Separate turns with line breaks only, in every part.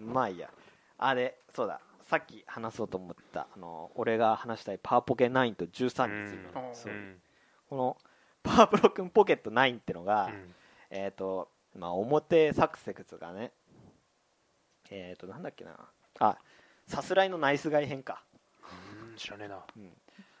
まあいいやあれそうださっき話そうと思ったあの俺が話したいパワーポケ9と13について
うん
のそう
うん
このパワープロ君ポケット9ってのが、
うん
えっ、とまあ表サクセクスがねえっ、となんだっけなあさすらいのナイスガイ編か
うん知らねえな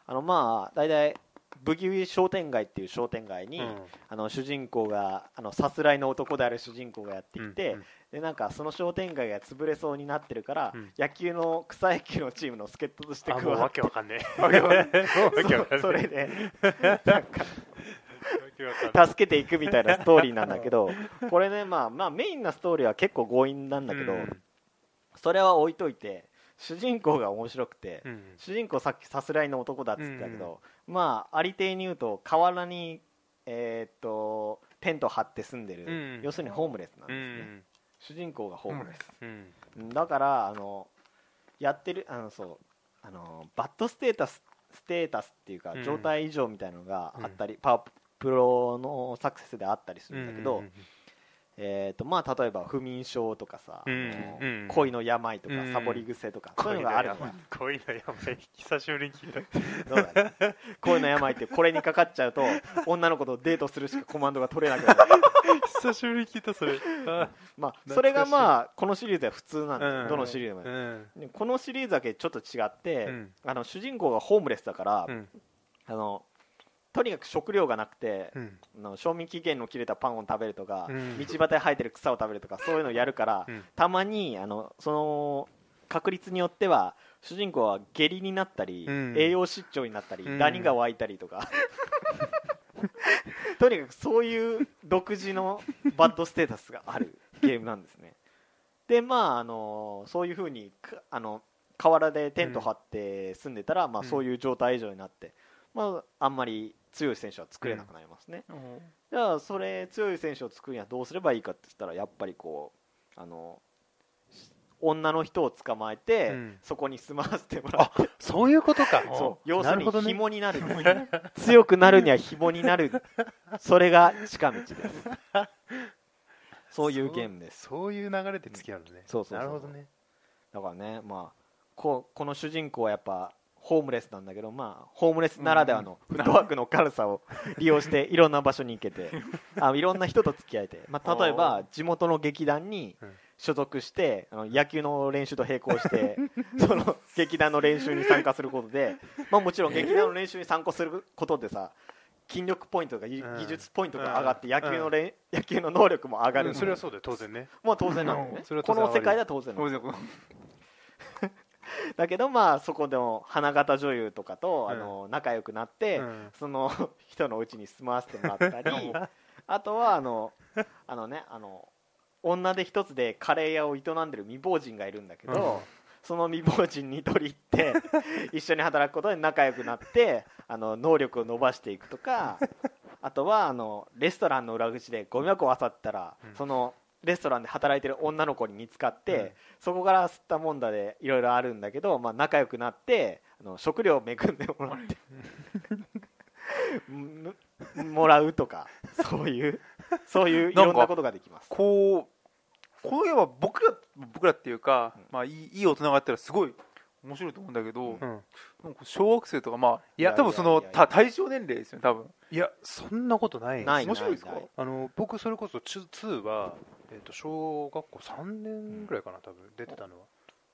あのまあ大体ブギウギ商店街っていう商店街に、
うん
あの主人公があのさすらいの男である主人公がやってきて、
うん
でなんかその商店街が潰れそうになってるから、
うん
野球の草野球のチームの助っ人として
あ
加
もう
わ
わ
って
けわかんね え
わけわかん
もうわけわ かんねえ
そそれで
わけわかんねえ
助けていくみたいなストーリーなんだけどこれね、まあ、まあメインなストーリーは結構強引なんだけど、
うん
それは置いといて主人公が面白くて、
うん
主人公さっきさすらいの男だっつってたけど、まあありていに言うと河原に、えーっとテント張って住んでる、
うん
要するにホームレスなん
う
ですね、
ん
主人公がホームレス、
うん
だからあのやってるあのそうあのバッドステータスステータスっていうか
うん
状態異常みたいのがあったり、パワープロのサクセスであったりするんだけど、
うん
えーとまあ、例えば不眠症とかさ、
うん
あの
うん
恋の病とか、
うん
サボり癖とか、そういうのがあるのが
恋のやばい久しぶりに聞いた
そうだね恋の病ってこれにかかっちゃう と女の子とデートするしかコマンドが取れなくなる、
久しぶりに聞いたそれあ
まあ、
しい
それがまあこのシリーズは普通なんですよ、
うん
どのシリーズも
う、ん
でこのシリーズだけちょっと違って、
うん
あの主人公がホームレスだから、
うん
あのとにかく食料がなくて、
うん
あの賞味期限の切れたパンを食べるとか、
うん
道端で生えてる草を食べるとかそういうのをやるから、
うん
たまにあのその確率によっては主人公は下痢になったり、
うん
栄養失調になったり、
うん
ダニが湧いたりとか とにかくそういう独自のバッドステータスがあるゲームなんですねでまああのそういうふうにかあの河原でテント張って住んでたら、まあ、
うん
そういう状態以上になって、まあ、あんまり強い選手は作れなくなりますね、じゃあそれ強い選手を作るにはどうすればいいかって言ったらやっぱりこうあの女の人を捕まえて、
うん
そこに住まわせてもらって
そういうことか
そう要す
な
る
るほど
に
ね
紐になる強くなるには紐になるそれが近道 ですそういうゲームです
そういう流れで付き合うんだね
そうそうそう
なるほどね
だからねまあここの主人公はやっぱホームレスなんだけど、まあ、ホームレスならではのフットワークの軽さを利用していろんな場所に行けてあいろんな人と付き合えて、 まあ、例えば地元の劇団に
うん
所属してあの野球の練習と並行して その劇団の練習に参加することで、まあ、もちろん劇団の練習に参加することでさ筋力ポイントとか技
うん
技術ポイントが上がって野球のれん、 野球の能力も上がる、
うんそれはそうだよ当然ね
まあ当然なんだよね
それは当
こ
然
の世界では当然なんだよ
ごめんなさい
だけどまあそこでも花形女優とかと、
うん
あの仲良くなって、
うん
その 人のうちに住まわせてもらったり あとはあのあのねあの女で一つでカレー屋を営んでる未亡人がいるんだけど、
うん
その未亡人に取り入って一緒に働くことで仲良くなってあの能力を伸ばしていくとかあとはあのレストランの裏口でゴミ箱を漁ったら、
うん
そのレストランで働いてる女の子に見つかって、
うん
そこから吸ったもんだでいろいろあるんだけど、まあ、仲良くなってあの食料を恵んでもらってむ もらうとかそういうそういういろんなことができます。
こうこういえば僕ら僕らっていうか、
うん
まあ、いいいい大人がやったらすごい面白いと思うんだけど、
うん
なんか小学生とかまあ
いや
多分そ
い
の
やいやいや
た対象年齢ですよね多分
いやそんなことない
ない
面白いですか
ないない
あの僕それこそチュ2は、えっと小学校3年ぐらいかな多分出てたのは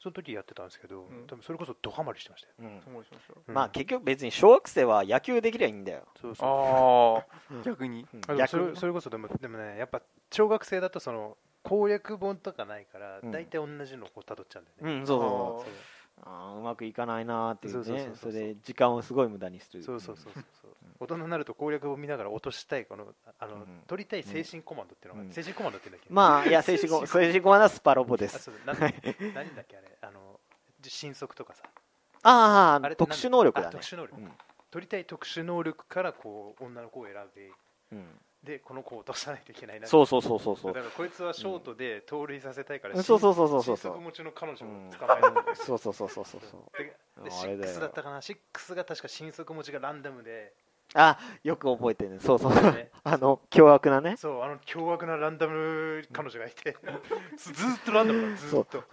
その時やってたんですけど、
うん
多分それこそドハマりしてましたよ、
うん
そうしましょう
うん
まあ結局別に小学生は野球できりゃいいんだよ。
そうそう
あ
うん
あ逆に
うん
あでもそれそれこそでもでもねやっぱ小学生だとその攻略本とかないから
うん
大体同じのをこう辿っちゃうんだよね、
うん、そうそう
あ
そ
ー
うあーうまくいかないなーっていう
そうそうそう
ね
そう
それで時間をすごい無駄にする
そうそうそうそうそう大人になると攻略を見ながら落としたいこのあの、
うん
取りたい精神コマンドっていうのが、
うん
精神コマンドって言うんだっけ、
まあいや静 止後静止後はスパロボで
あ
す
そうだなん何だっけあれあの神速とかさ
あ
あ
あ
れって
特殊能力
あ
だね
特殊能力、
うん
取りたい特殊能力からこう女の子を選べ
うん
でこの子を落とさないといけないな
そうそうそうそうそ
だ
う
からこいつはショートで盗塁させたいから、
うんそうそうそうそうそう
新速持ちの彼女を捕まえるんだよね
そうそうそうそうそうそう
でで
あれだよ
6だったかな6が確か新速持ちがランダムで
あよく覚えてるねそうそう
そうね
あの凶悪なね
そうあの凶悪なランダム彼女がい てずずーっとランダムなのずーっと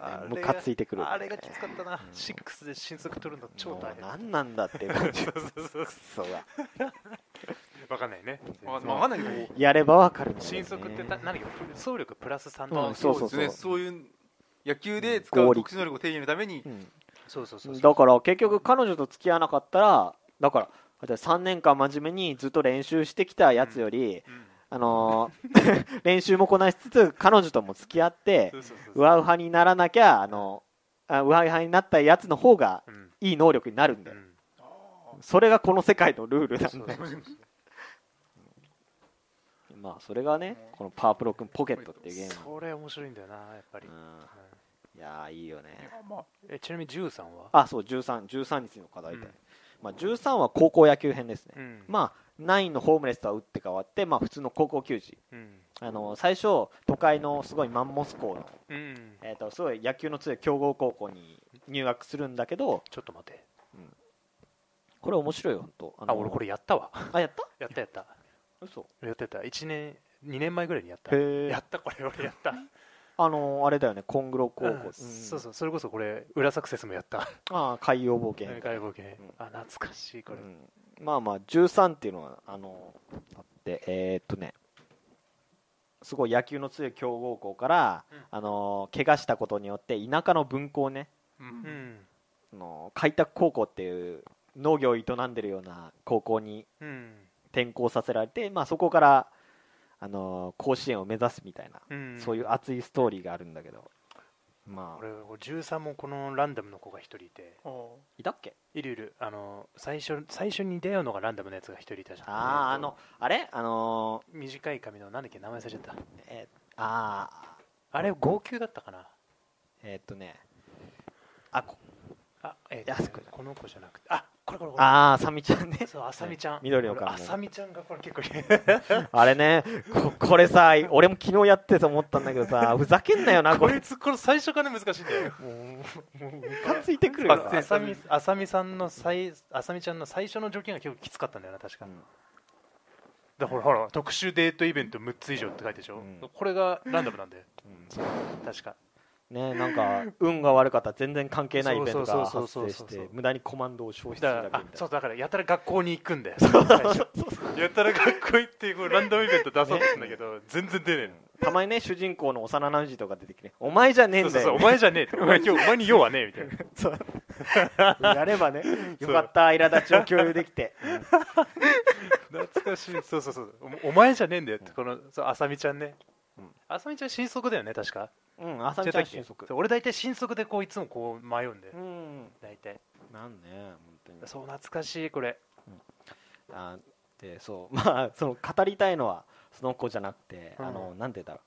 あれ
ムカついてくる
あれがきつかったな
うん
6で新速取るの超
も
大
う
変
何なんだっていう感じ
そうそうそう
そうだ
わか んないね
わかんわかんないけど
やればわかるんだよね
新速ってた何か走力プラス3
う
と
んそうそうそう
ですねそういう野球で使う
合理
特殊能力を定義のために
うん
そうそうそうそう
だから結局彼女と付き合わなかったらだから3年間真面目にずっと練習してきたやつより、
うん
あのー 練習もこなしつつ彼女とも付き合って
そうそうそうそう
ウハウハにならなきゃあのあウハウハになったやつの方が
うん
いい能力になるんだ
う
よ、
ん
それがこの世界のルールなんだ
そ
よ
うそうそう
まあそれがねこのパワープロ君ポケットっていうゲーム
それ面白いんだよなやっぱり、
うんいやーいいよね
まあ
えちなみに13は
あそう1313日の課題で、
うん
まあ、13は高校野球編ですね、
ん
まあ9のホームレスとは打って変わって、まあ、普通の高校球児
うん
あの最初都会のすごいマンモス校の、
うん
えー、とすごい野球の強い強豪高校に入学するんだけど
ちょっと待って
これ面白いよ本当あ
あ俺これやったわ
あやった
やったやった
嘘
やったやった1年2年前ぐらいにやった
へ
や
え
ったこれ俺やった
あのあれだよねコングロ高校、
うんそう
う
そうそれこそこれ裏サクセスもやった
んああ海洋冒険
外冒険
ん
あ懐かしいこれ
うん、まあまあ13っていうのはあのあってえーっとねすごい野球の強い強豪校から、
うん
あの怪我したことによって田舎の分校ね
う
うんん
あの開拓高校っていう農業を営んでるような高校に
うん
転校させられて、まあ、そこからあの甲子園を目指すみたいな、
うん
そういう熱いストーリーがあるんだけどまあ
俺俺13もこのランダムの子が一人いて
いたっけ
いるいるあの最初最初に出会うのがランダムのやつが一人いたじゃん
あああのあれあの
短い髪のなんだっけ名前忘れちゃった
ーえーああ
あれ号泣だったかな
えーっとねあこ
あえっ
いやそこ
この子じゃなくてあこれこれこれ
あーあさみちゃん ね
そうあさみちゃん
緑の髪の
あさみちゃんがこれ結 構
あれねここれさ俺も昨日やってて思ったんだけどさふざけんなよなこ
こ
れ
いつこれ最初から難しいんだよもうもう
ムカついてくる
あ
よ
の
な
あさみあさみさんの最あさみちゃんの最初の条件が結構きつかったんだよな確か、
うん
だほらほら特殊デートイベント6つ以上って書いてるでしょ、
うん
これがランダムなんで
うん
確か
ねなんか運が悪かったら全然関係ないイベントが
そう
発
そうそう
生
そ
し
うそう
て無駄にコマンドを消
だ
費す
か
るだけみ
ら
た
あ
いな
そうだからやたら学校に行く んだよ最初やたら学校行ってこうランダムイベント出そうとするんだけど、全然出ねえの
たまにね主人公の幼なじとか出てきて「お前じゃねえ
そうんそう
だ
そうお
よ
前じゃねえってお前今日お前に用はねえみたいな」
やればね よかった苛立ちを共有できて
懐かしいそうそうそうおお前じゃねえんだよってこのそうあさみちゃんね
うん
あさみちゃん新速だよね確か
うんあさみちゃん新
そ
速
う俺大体新速でこういつもこう迷うんだよ
うん
大体
なんね本当に
そう懐かしいこれ
あでそう まあその語りたいのはその子じゃなくて、
うん
あのなんて言うんだろう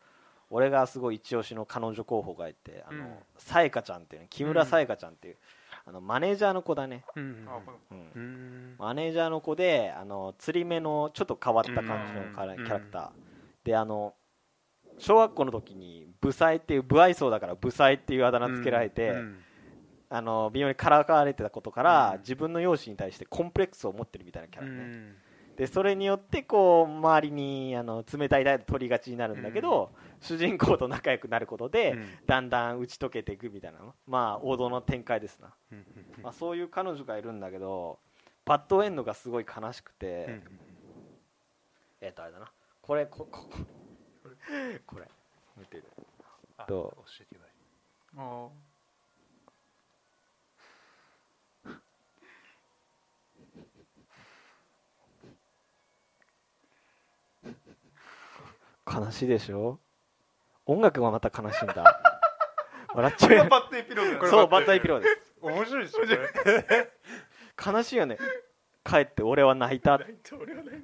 俺がすごい一押しの彼女候補がいてあ
うん
のさやかちゃんっていうね木村さやかちゃんっていう、あのマネージャーの子だね、
うん
あこれ
うん
うん
マネージャーの子であの釣り目のちょっと変わった感じのカラ
う
キ
ん
ャラクター、であの小学校の時に「ブサイ」っていう不愛想だから「ブサイ」っていうあだ名つけられて、
うん
あの微妙にからかわれてたことから、
うん
自分の容姿に対してコンプレックスを持ってるみたいなキャ
う
ラね、
ん
でそれによってこう周りにあの冷たい態度取りがちになるんだけど、主人公と仲良くなることで、
うん
だんだん打ち解けていくみたいなまあ王道の展開ですな、
うんうん
まあ、そういう彼女がいるんだけどバッドエンドがすごい悲しくて、
うん
えっ、とあれだなこれここここれ見てる
あ
ど
教えてください
あ
悲しいでしょ音楽がまた悲しいんだ 笑っち
これ
ゃ
は
う
バッテエピローグだ
そうバッドエピローです
面白いでしょこれ
悲しいよね帰って俺は泣いた
俺はね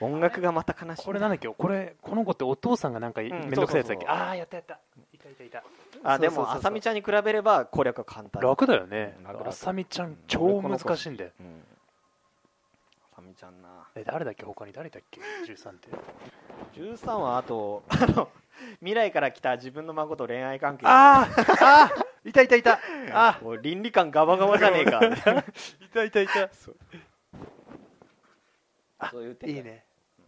音楽がまた悲しい
これなんだっけこれこの子ってお父さんがなんかめんどくさいやつだ
そうそう
っけ
そう
ああやったやったいたいたいた
あで
そうそうそう
も
そう
あさみちゃんに比べれば攻略は簡単
楽だよね
うん楽楽
あさみちゃん超難しいんだよ
うんあさみちゃんな
え誰だっけ他に誰だっけ13って
13はあとあの未来から来た自分の孫と恋愛関係
ああいたいたいたあ
もう倫理観ガバガバじゃねえか
いたいたいた
そういう点
いいね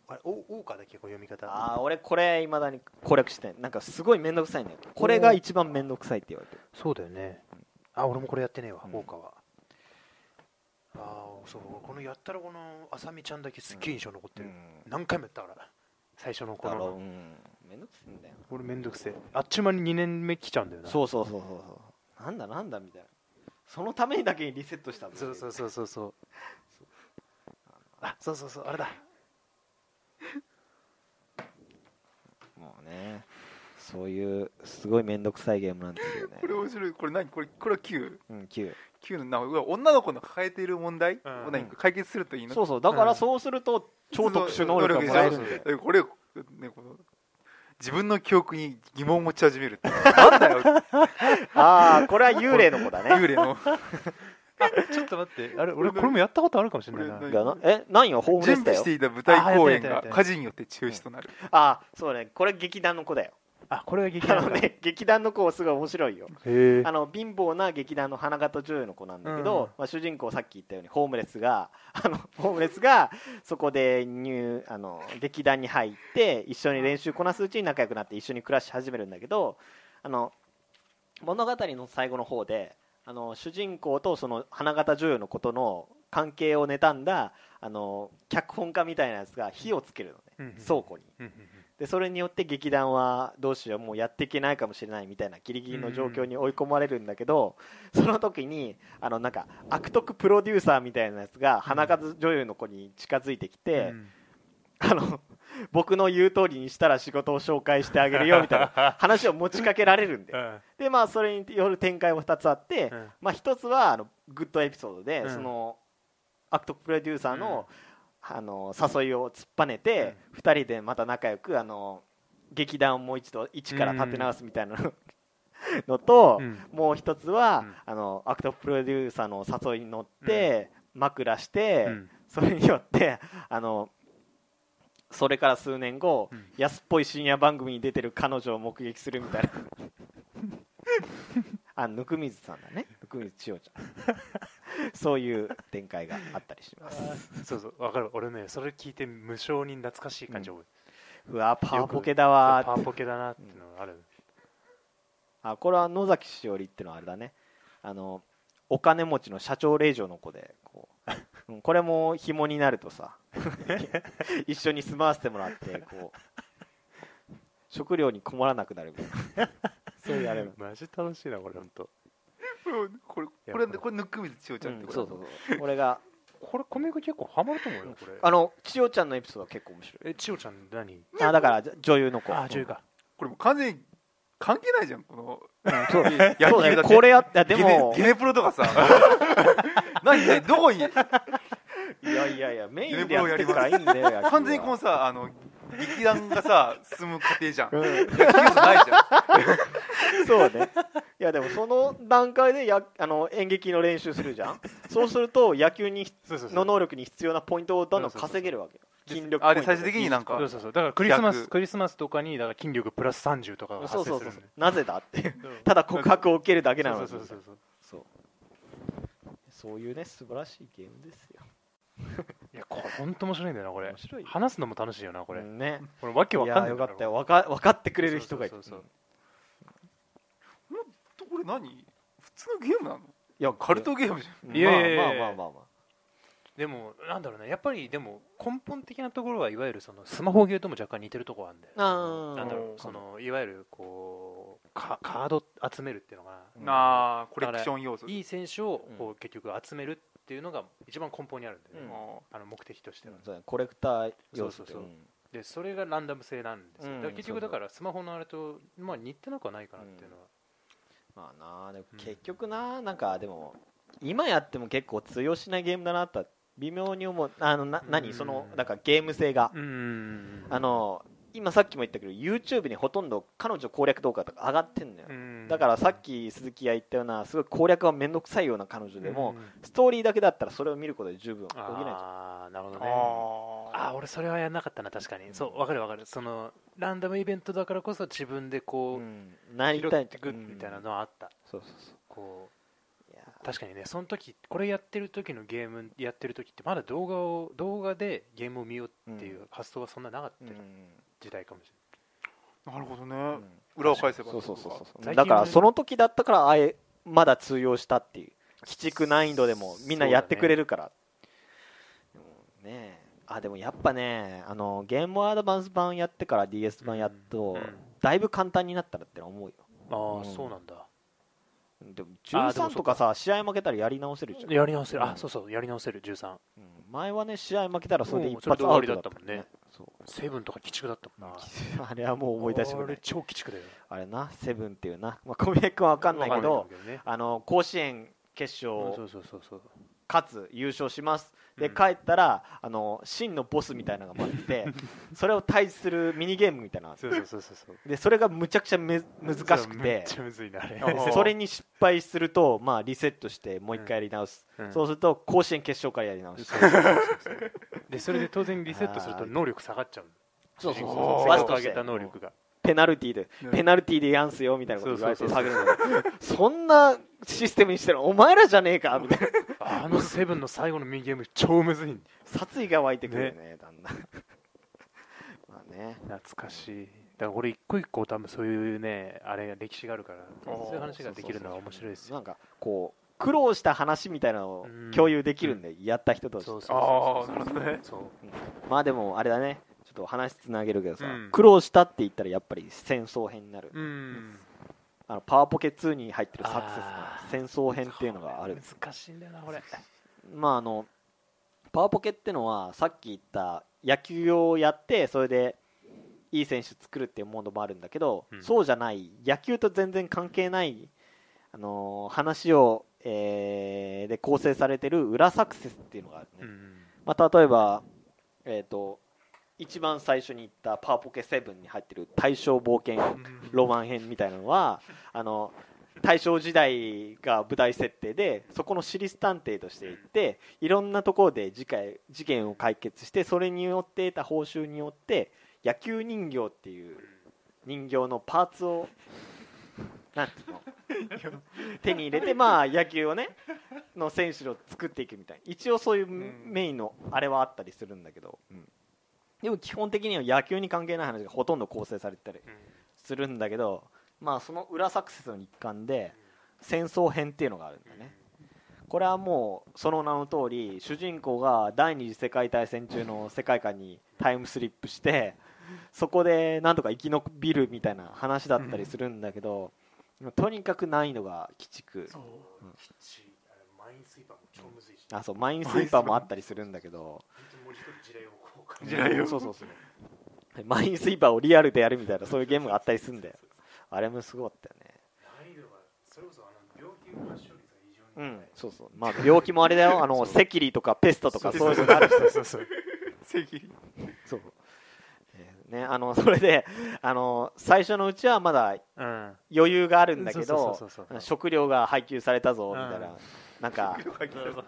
あれおオーカーだっけこれ読み方
ああ俺これいまだに攻略してないなんかすごい面倒くさいんだよこれが一番面倒くさいって言われてる
そうだよねあ俺もこれやってねえわ、
うん
オーカーはああそう俺このやったらこのあさみちゃんだけすっげえ印象残ってる、何回もやったから最初のこ
だろう
の
ん面倒くさいんだよ
俺めんどくせえあっちゅう間に2年目来ちゃうんだよな
そうそうそうそうそうなんだなんだみたいなそのためにだけにリセットしたんだ
そうそうそうそうそうあそうそうそうあれだ
もうねそういうすごい面倒くさいゲームなんですよね
これ面白いこれ何これこれは Q?
うん9
Q の名前うわ女の子の抱えている問題を
うん
何か解決するといいの
そうそうだからそうすると超特殊能力がもらえるんで
えこれ、ね、この自分の記憶に疑問を持ち始めるってなんだよ
ああこれは幽霊の子だね
幽霊の
ちょっと待ってあれ俺これもやったことあるかもしれないな
これ
がなえ何よホームレ
準
スだ
備し
よ
ていた舞台公
あやったや
演が
ったやった
火事によって中止となる
ああそうねこれ劇団の子だよ
あこれが劇
あ
団
の
だ
ね劇団の子すごい面白いよ
へえ
あの貧乏な劇団の花形女優の子なんだけ
うん
ど、まあ、主人公さっき言ったようにホームレスが あのホームレスがそこで入あの劇団に入って一緒に練習こなすうちに仲良くなって一緒に暮らし始めるんだけどあの物語の最後の方であの主人公とその花形女優の子との関係を妬んだあの脚本家みたいなやつが火をつけるのね、倉庫に。
うんうんうん
でそれによって劇団はどうしようもうやっていけないかもしれないみたいなギリギリの状況に追い込まれるんだけど、その時にあのなんか悪徳プロデューサーみたいなやつが花数女優の子に近づいてきて、
うん
あの僕の言う通りにしたら仕事を紹介してあげるよみたいな話を持ちかけられるんでで、まあ、それによる展開も2つあって、
うん
まあ、1つはあのグッドエピソードで、
うん
その悪徳プロデューサーの,、あの誘いを突っぱねて、二2人でまた仲良くあの劇団をもう一度一から立て直すみたいなの,、のと、
うん
もう1つは、
うん
あの悪徳プロデューサーの誘いに乗って、枕して、
うん
それによってあのそれから数年後、
うん
安っぽい深夜番組に出てる彼女を目撃するみたい なあぬくみずさんだねぬくみず千代ちゃん そういう展開があったりします
そうそうわかる俺ねそれ聞いて無性に懐かしい感じ覚える
うわパワーポケだ
パ
わー
ワーポケだなっていうのがある
あこれは野崎しおりっていうのはあれだねあのお金持ちの社長令嬢の子でこう うんこれも紐になるとさ 一緒に住まわせてもらってこう食料に困らなくなるみたいなそういうあれなの
マジ楽しいなこれ本当。
これこ
や
れこれこれぬっくみず千代
う
ちゃんっ
ん
てこれ、
そうそうそう俺が
これコメが結構ハマると思うよこれ
あの千代ちゃんのエピソードは結構面白
え千代ちゃん何
いあだからじゃ女優の子
あ女優か
これもう完全に関係ないじゃんこの
うんそう
野
そう
球
ね
だって
これやったでも
ゲネゲネプロと かさ何何どこに
いやいやいやメインで
ゲネプ
やっ
ロ
て
やり
る
ま
か
す
らいいんだよ野球は
完全にこのさあの劇団がさ進む過 程じゃん野
うん
球じゃないじゃ ん
そうね。いやでもその段階でやあの演劇の練習するじゃ ん。そうすると野球に
そうそうそ
の
う
能力に必要なポイントをどんどん稼げるわけよ。筋力ポイン
あ
ト
で最終的になんか
そうそうそうだからクリスマス
逆
クリスマスとかにだから筋力プラス30とかが
そ
発
うそ
生
う
す
そうそ
るん
う
で。
なぜだって。 ただ告白を受けるだけなの
そう
に。
そうそうそう
そう。そういうね素晴らしいゲームですよ。
いやこれ本当面白いんだよなこれ
面白いよ
話すのも楽しいよなこれ
うんね。
これわ
い
けわかん
や
ない
よ
んだ
か
ろ
ったよ。わか分かってくれる人がいる。
そううそうそうん
これ何普通のゲームなの
いや
カルトゲームじゃん
まあ
いやいやいや
まあまあまあまあ。
でもなんだろうねやっぱりでも根本的なところはいわゆるそのスマホゲーとも若干似てるところあるんだよ
あー
なんだろうそのいわゆるこうカカード集めるっていうのが
うん
なあコレクション要素
いい選手をこ
う
う結局集めるっていうのが一番根本にあるんだよ
う
ね、
ん
あの目的としては、
そうだねコレクター要素って
そうそうそうんでそれがランダム性なんです
う
よ、
ん
だから結
そ
局
うそ
だ
う
からスマホのあれと、まあ、似てなくはないかなっていうのは、
まあなあでも
うん
結局な、なんかでも今やっても結構通用しないゲームだなとは微妙に思うあのな
う
何
ん
そのなんかゲーム性が、
うん
あの今さっきも言ったけど YouTube にほとんど彼女攻略動画とか上がってんのよ、
うん
だからさっき鈴木が言ったようなすごい攻略が面倒くさいような彼女でも、ストーリーだけだったらそれを見ることで十分補えないじゃん
ああなるほどねあ
あ
あ俺それはやんなかったな確かに、
ん
そうわかるわかるそのランダムイベントだからこそ自分でこ
う
う、
んなり
拾
たい
ってくみたいなのはあった、
うんそうそうそ
こ
ういや
う確かにねその時これやってる時のゲームやってる時ってまだ動画を動画でゲームを見ようっていう発想はそんななかった時代かもし
なるほどね、
うんうん
裏を返せば
そうそうそうそう
最近
だからその時だったからあえまだ通用したっていう鬼畜難易度でもみんなやってくれるからでもねあでもやっぱねあのゲームアドバンス版やってから DS 版やっと、
うん
だいぶ簡単になったらってのは思うよ
れないああ、
うん
そうなんだ
でも
あでもそう
13とかさ試合負けたらやり直せるじゃん、
やり直せる、
う
あ
ん
そうそうやり直せる13
うん前はね試合負けたらそれで一
うんそれ
発
で
ア
終わ
ウ
り
ト
だ
だっ
ったた
も
も
ん
ん
ね
ね
そう
セブンとか鬼畜だったもんな
あれはもう 思い出したく
あ
な
れ
い
超鬼畜だよ
あれなセブンっていうな、まあ、小宮君は分かんないけど
わかんないけどね
あの甲子園決
うん
勝
そうそうそうそう
勝つ優勝しますで
うん
帰ったら、あの真のボスみたいなのが待ってて それを対するミニゲームみたいなのがあって
そうそうそうそうそう
でそれがむちゃくちゃめ難しく
めってちゃむずいなあれ
あー
それに失敗すると、まあ、リセットしてもう一回やり直す、
うん
そうすると甲子園決勝からやり直す、
そうそうそうそうでそれで当然リセットすると能力下がっちゃう
そうそう
そう
主人公の成功を上げた能力が
ペナルティで
うん
ペナルティでやんすよみたいなこと言われて
そうそ
下
う
げるのそんなシステムにしてるのお前らじゃねえかみたいな
あのセブンの最後のミニゲーム超むずい
殺意が湧いてくるよねだんだん まあね
懐かしいだから俺一個一個多分そういうねあれが歴史があるから
あー
そういう話ができるのは面白いですよ
なんかこう苦労した話みたいなのを
うん
共有できるんで、やった人として
そうそう
あ
そ
あ
う
なるほどね
そう
まあでもあれだねちょっと話つなげるけどさ、
うん
苦労したって言ったらやっぱり戦争編になる、
うん
あのパワーポケ2に入ってるサクセス
あー
な戦争編っていうのがある
そう難しいんだよなこれ
まああのパワーポケってのはさっき言った野球をやってそれでいい選手作るっていうモードもあるんだけど、
うん
そうじゃない野球と全然関係ない、あのー話を、えーで構成されてる裏サクセスっていうのがあるね、
うん
まあ、例えば、えー、と一番最初に言ったパワーポケ7に入ってる大正冒険ロマン編みたいなのはあの大正時代が舞台設定でそこの私立探偵として行っていろんなところで事件事件を解決してそれによって得た報酬によって野球人形っていう人形のパーツをなんていうの手に入れてまあ野球をねの選手を作っていくみたいな一応そういうメインのあれはあったりするんだけど、でも基本的には野球に関係ない話がほとんど構成されてたりするんだけど、まあ、その裏サクセスの一環で戦争編っていうのがあるんだねこれはもうその名の通り主人公が第二次世界大戦中の世界観にタイムスリップしてそこでなんとか生き延びるみたいな話だったりするんだけど、とにかく難易度が鬼畜
そう
うん
キッチンあれマインスイーパーも超むずいし
あそうマインスイーパーもあったりするんだけど
本当にもう一人地雷をこう
地雷を
そうそうそうマインスイーパーをリアルでやるみたいなそういうゲームがあったりするんだよあれもすごかったよね
難易度がそれこそあの病気の発症率が異常に
うん、そうそう、まあ、病気もあれだ よ、あの、
そう
赤痢とかペストとか、そういうのがある。
そうそうそう
席
そう。えーね、あの、それで、あの、最初のうちはまだ
うん
余裕があるんだけど
そうそうそうそうそう。
食料が配給されたぞみたいな、
うん
なんか。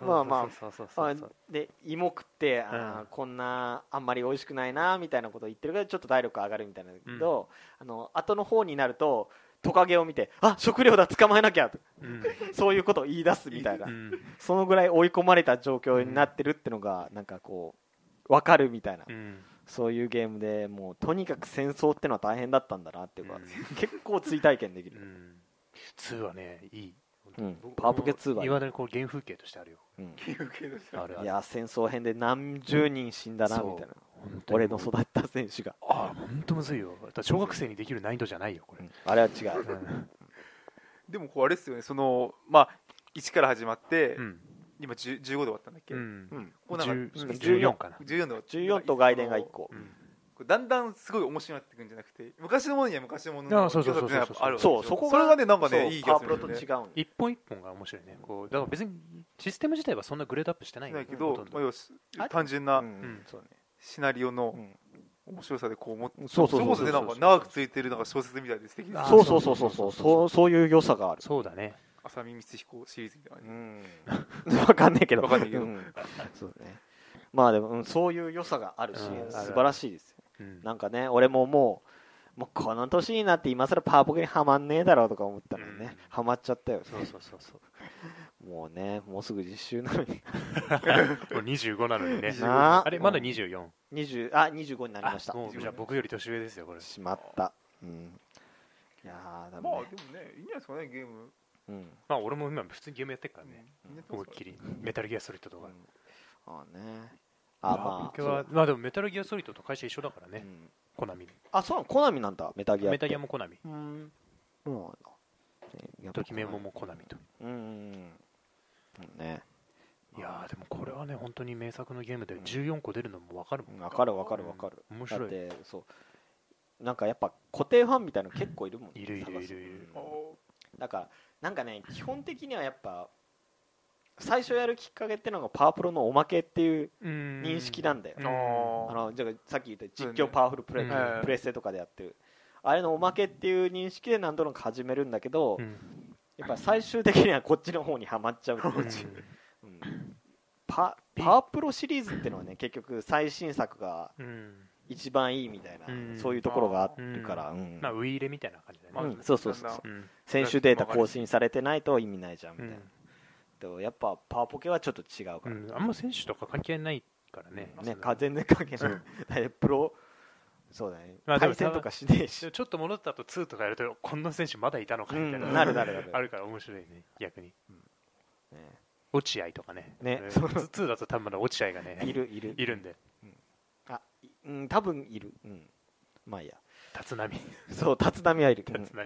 ま
ま
あまあ
そうそうそ
あ
うそう
で芋食ってあー、
うん
こんなあんまり美味しくないなみたいなことを言ってるからちょっと体力上がるみたいなんだけど、あの後の方になるとトカゲを見てあ食料だ捕まえなきゃと
うん
そういうことを言い出すみたいな
うん
そのぐらい追い込まれた状況になってるってのがなんかこう分かるみたいな、
うん
そういうゲームでもうとにかく戦争ってのは大変だったんだなっていうか、
うん
結構追体験でき
う
る、
ん2はねいい
うん
僕
パワーポケ2はいい
いまだにこう原風景としてあるよ
うん
あるあ
い
る
や戦争編で何十人死んだな
そう
みたいな
本当に
俺の育った選手が、
ああ本当むずいよだから小学生にできる難易度じゃないよこ
う
れ
んあれは違う
でもこうあれですよねそのまあ1から始まって、
うん
今10 15で終わったんだっけ、
うん
うん
こうなんか
ん
14かな
14の
14と外伝が1個
うん
こうだんだんすごい面白くなってくんじゃなくて昔のものには昔のもの
あー
の
そうそうそうそう
良さっていうのはやっぱあるわけ
そう
でしょ
そこが
それがねなんか
そう
ねいい気
パ
が
ワー
す
プ
る
ロ
んだ
と
よ
違
ね
うんだよ
一本一本が面白いねこうだから別にシステム自体はそんなグレードアップしてないよ
だけ
ほ
ど
とん、ど
まあ、よし
あれ
単純な
うん
ん
そうね
シナリオの
うん
面白さでこう思って、
そうそう
れ
そ
こ
う
そ
そう
ねなんか長くついてるなんか小説みたいで素敵な
あ
そうそうそうそうそうそうそういう良さがある
そうだね
浅見光彦シリーズみたいな感
分かんないけど
わかんないけど
うんそうねまあでも、うんそういう良さがあるし、
うん
素晴らしいですよ
うん
なんかね俺ももうもうこの年になって今更パワポケにはまんねえだろうとか思ったのにね、
うん
はまっちゃったよ
そうそうそうそう
もうねもうすぐ実習なのに
もう25なのにね
25
な
あれまだ24
20あ25になりました
もうじゃあ僕より年上ですよこれ
しまったうんいやー
ま
だ
あで
め、
も
ね
ねいいんじゃないですかねゲーム、
うん
まあ俺も今普通にゲームやってるからね
うん
思いっきりメタルギアソリッドとか
うんああねあまあ
僕はまあでもメタルギアソリッドと会社一緒だか
そ
ら
うう
ね
ん
コナミ
あそうなのコナミなんだメタギア
メタギア
も
もコナミ
うん
そうなんだねやっぱ
ときメモもコナミと
うんうんうんうんね
いやーでもこれはね本当に名作のゲームで14個出るのも分かるもん
わかるわかるわかる
面
だ
白
っ
い
てそうなんかやっぱ固定ファンみたいなの結構いるもんね
いるいる
探す
いるいる
うん
お
だからなんかね基本的にはやっぱ最初やるきっかけってのがパワプロのおまけっていう認
認
識なんだよ
あ
あ
ー
のじゃあさっき言った
そう
実
ね
況パワフルプレイ、
うん
プレステとかでやってるあれのおまけっていう認識で何となく始めるんだけど、やっぱ最終的にはこっちの方にはまっちゃうっていううんパパワープロシリーズってのはね結局最新作が一番いいみたいな、
うん
そういうところがあるから、うん
まあウイイレみたいな感じだ
まあ
ね
うんそうそうそう
だんだん
うん
先週データ更新されてないと意味ないじゃんみた
う
いな、
ん
でもやっぱパワポケはちょっと違うから、
うんあんま選手とか関係ないからね
ね
その
か全然関係ない、だってプロそうだね、
まあでも
対戦とかしねえし
でもちょっと戻った後2とかやるとこんな選手まだいたのかみたいな、
うんなるなるなる
あるから面白いね逆に
ね
落合とかね
ね
うん
そう
2だと多分まだ落合がね
いるいる
いるんで
あいうん多分いるうんまあいいや
立浪
そう立浪はいる、うん
立浪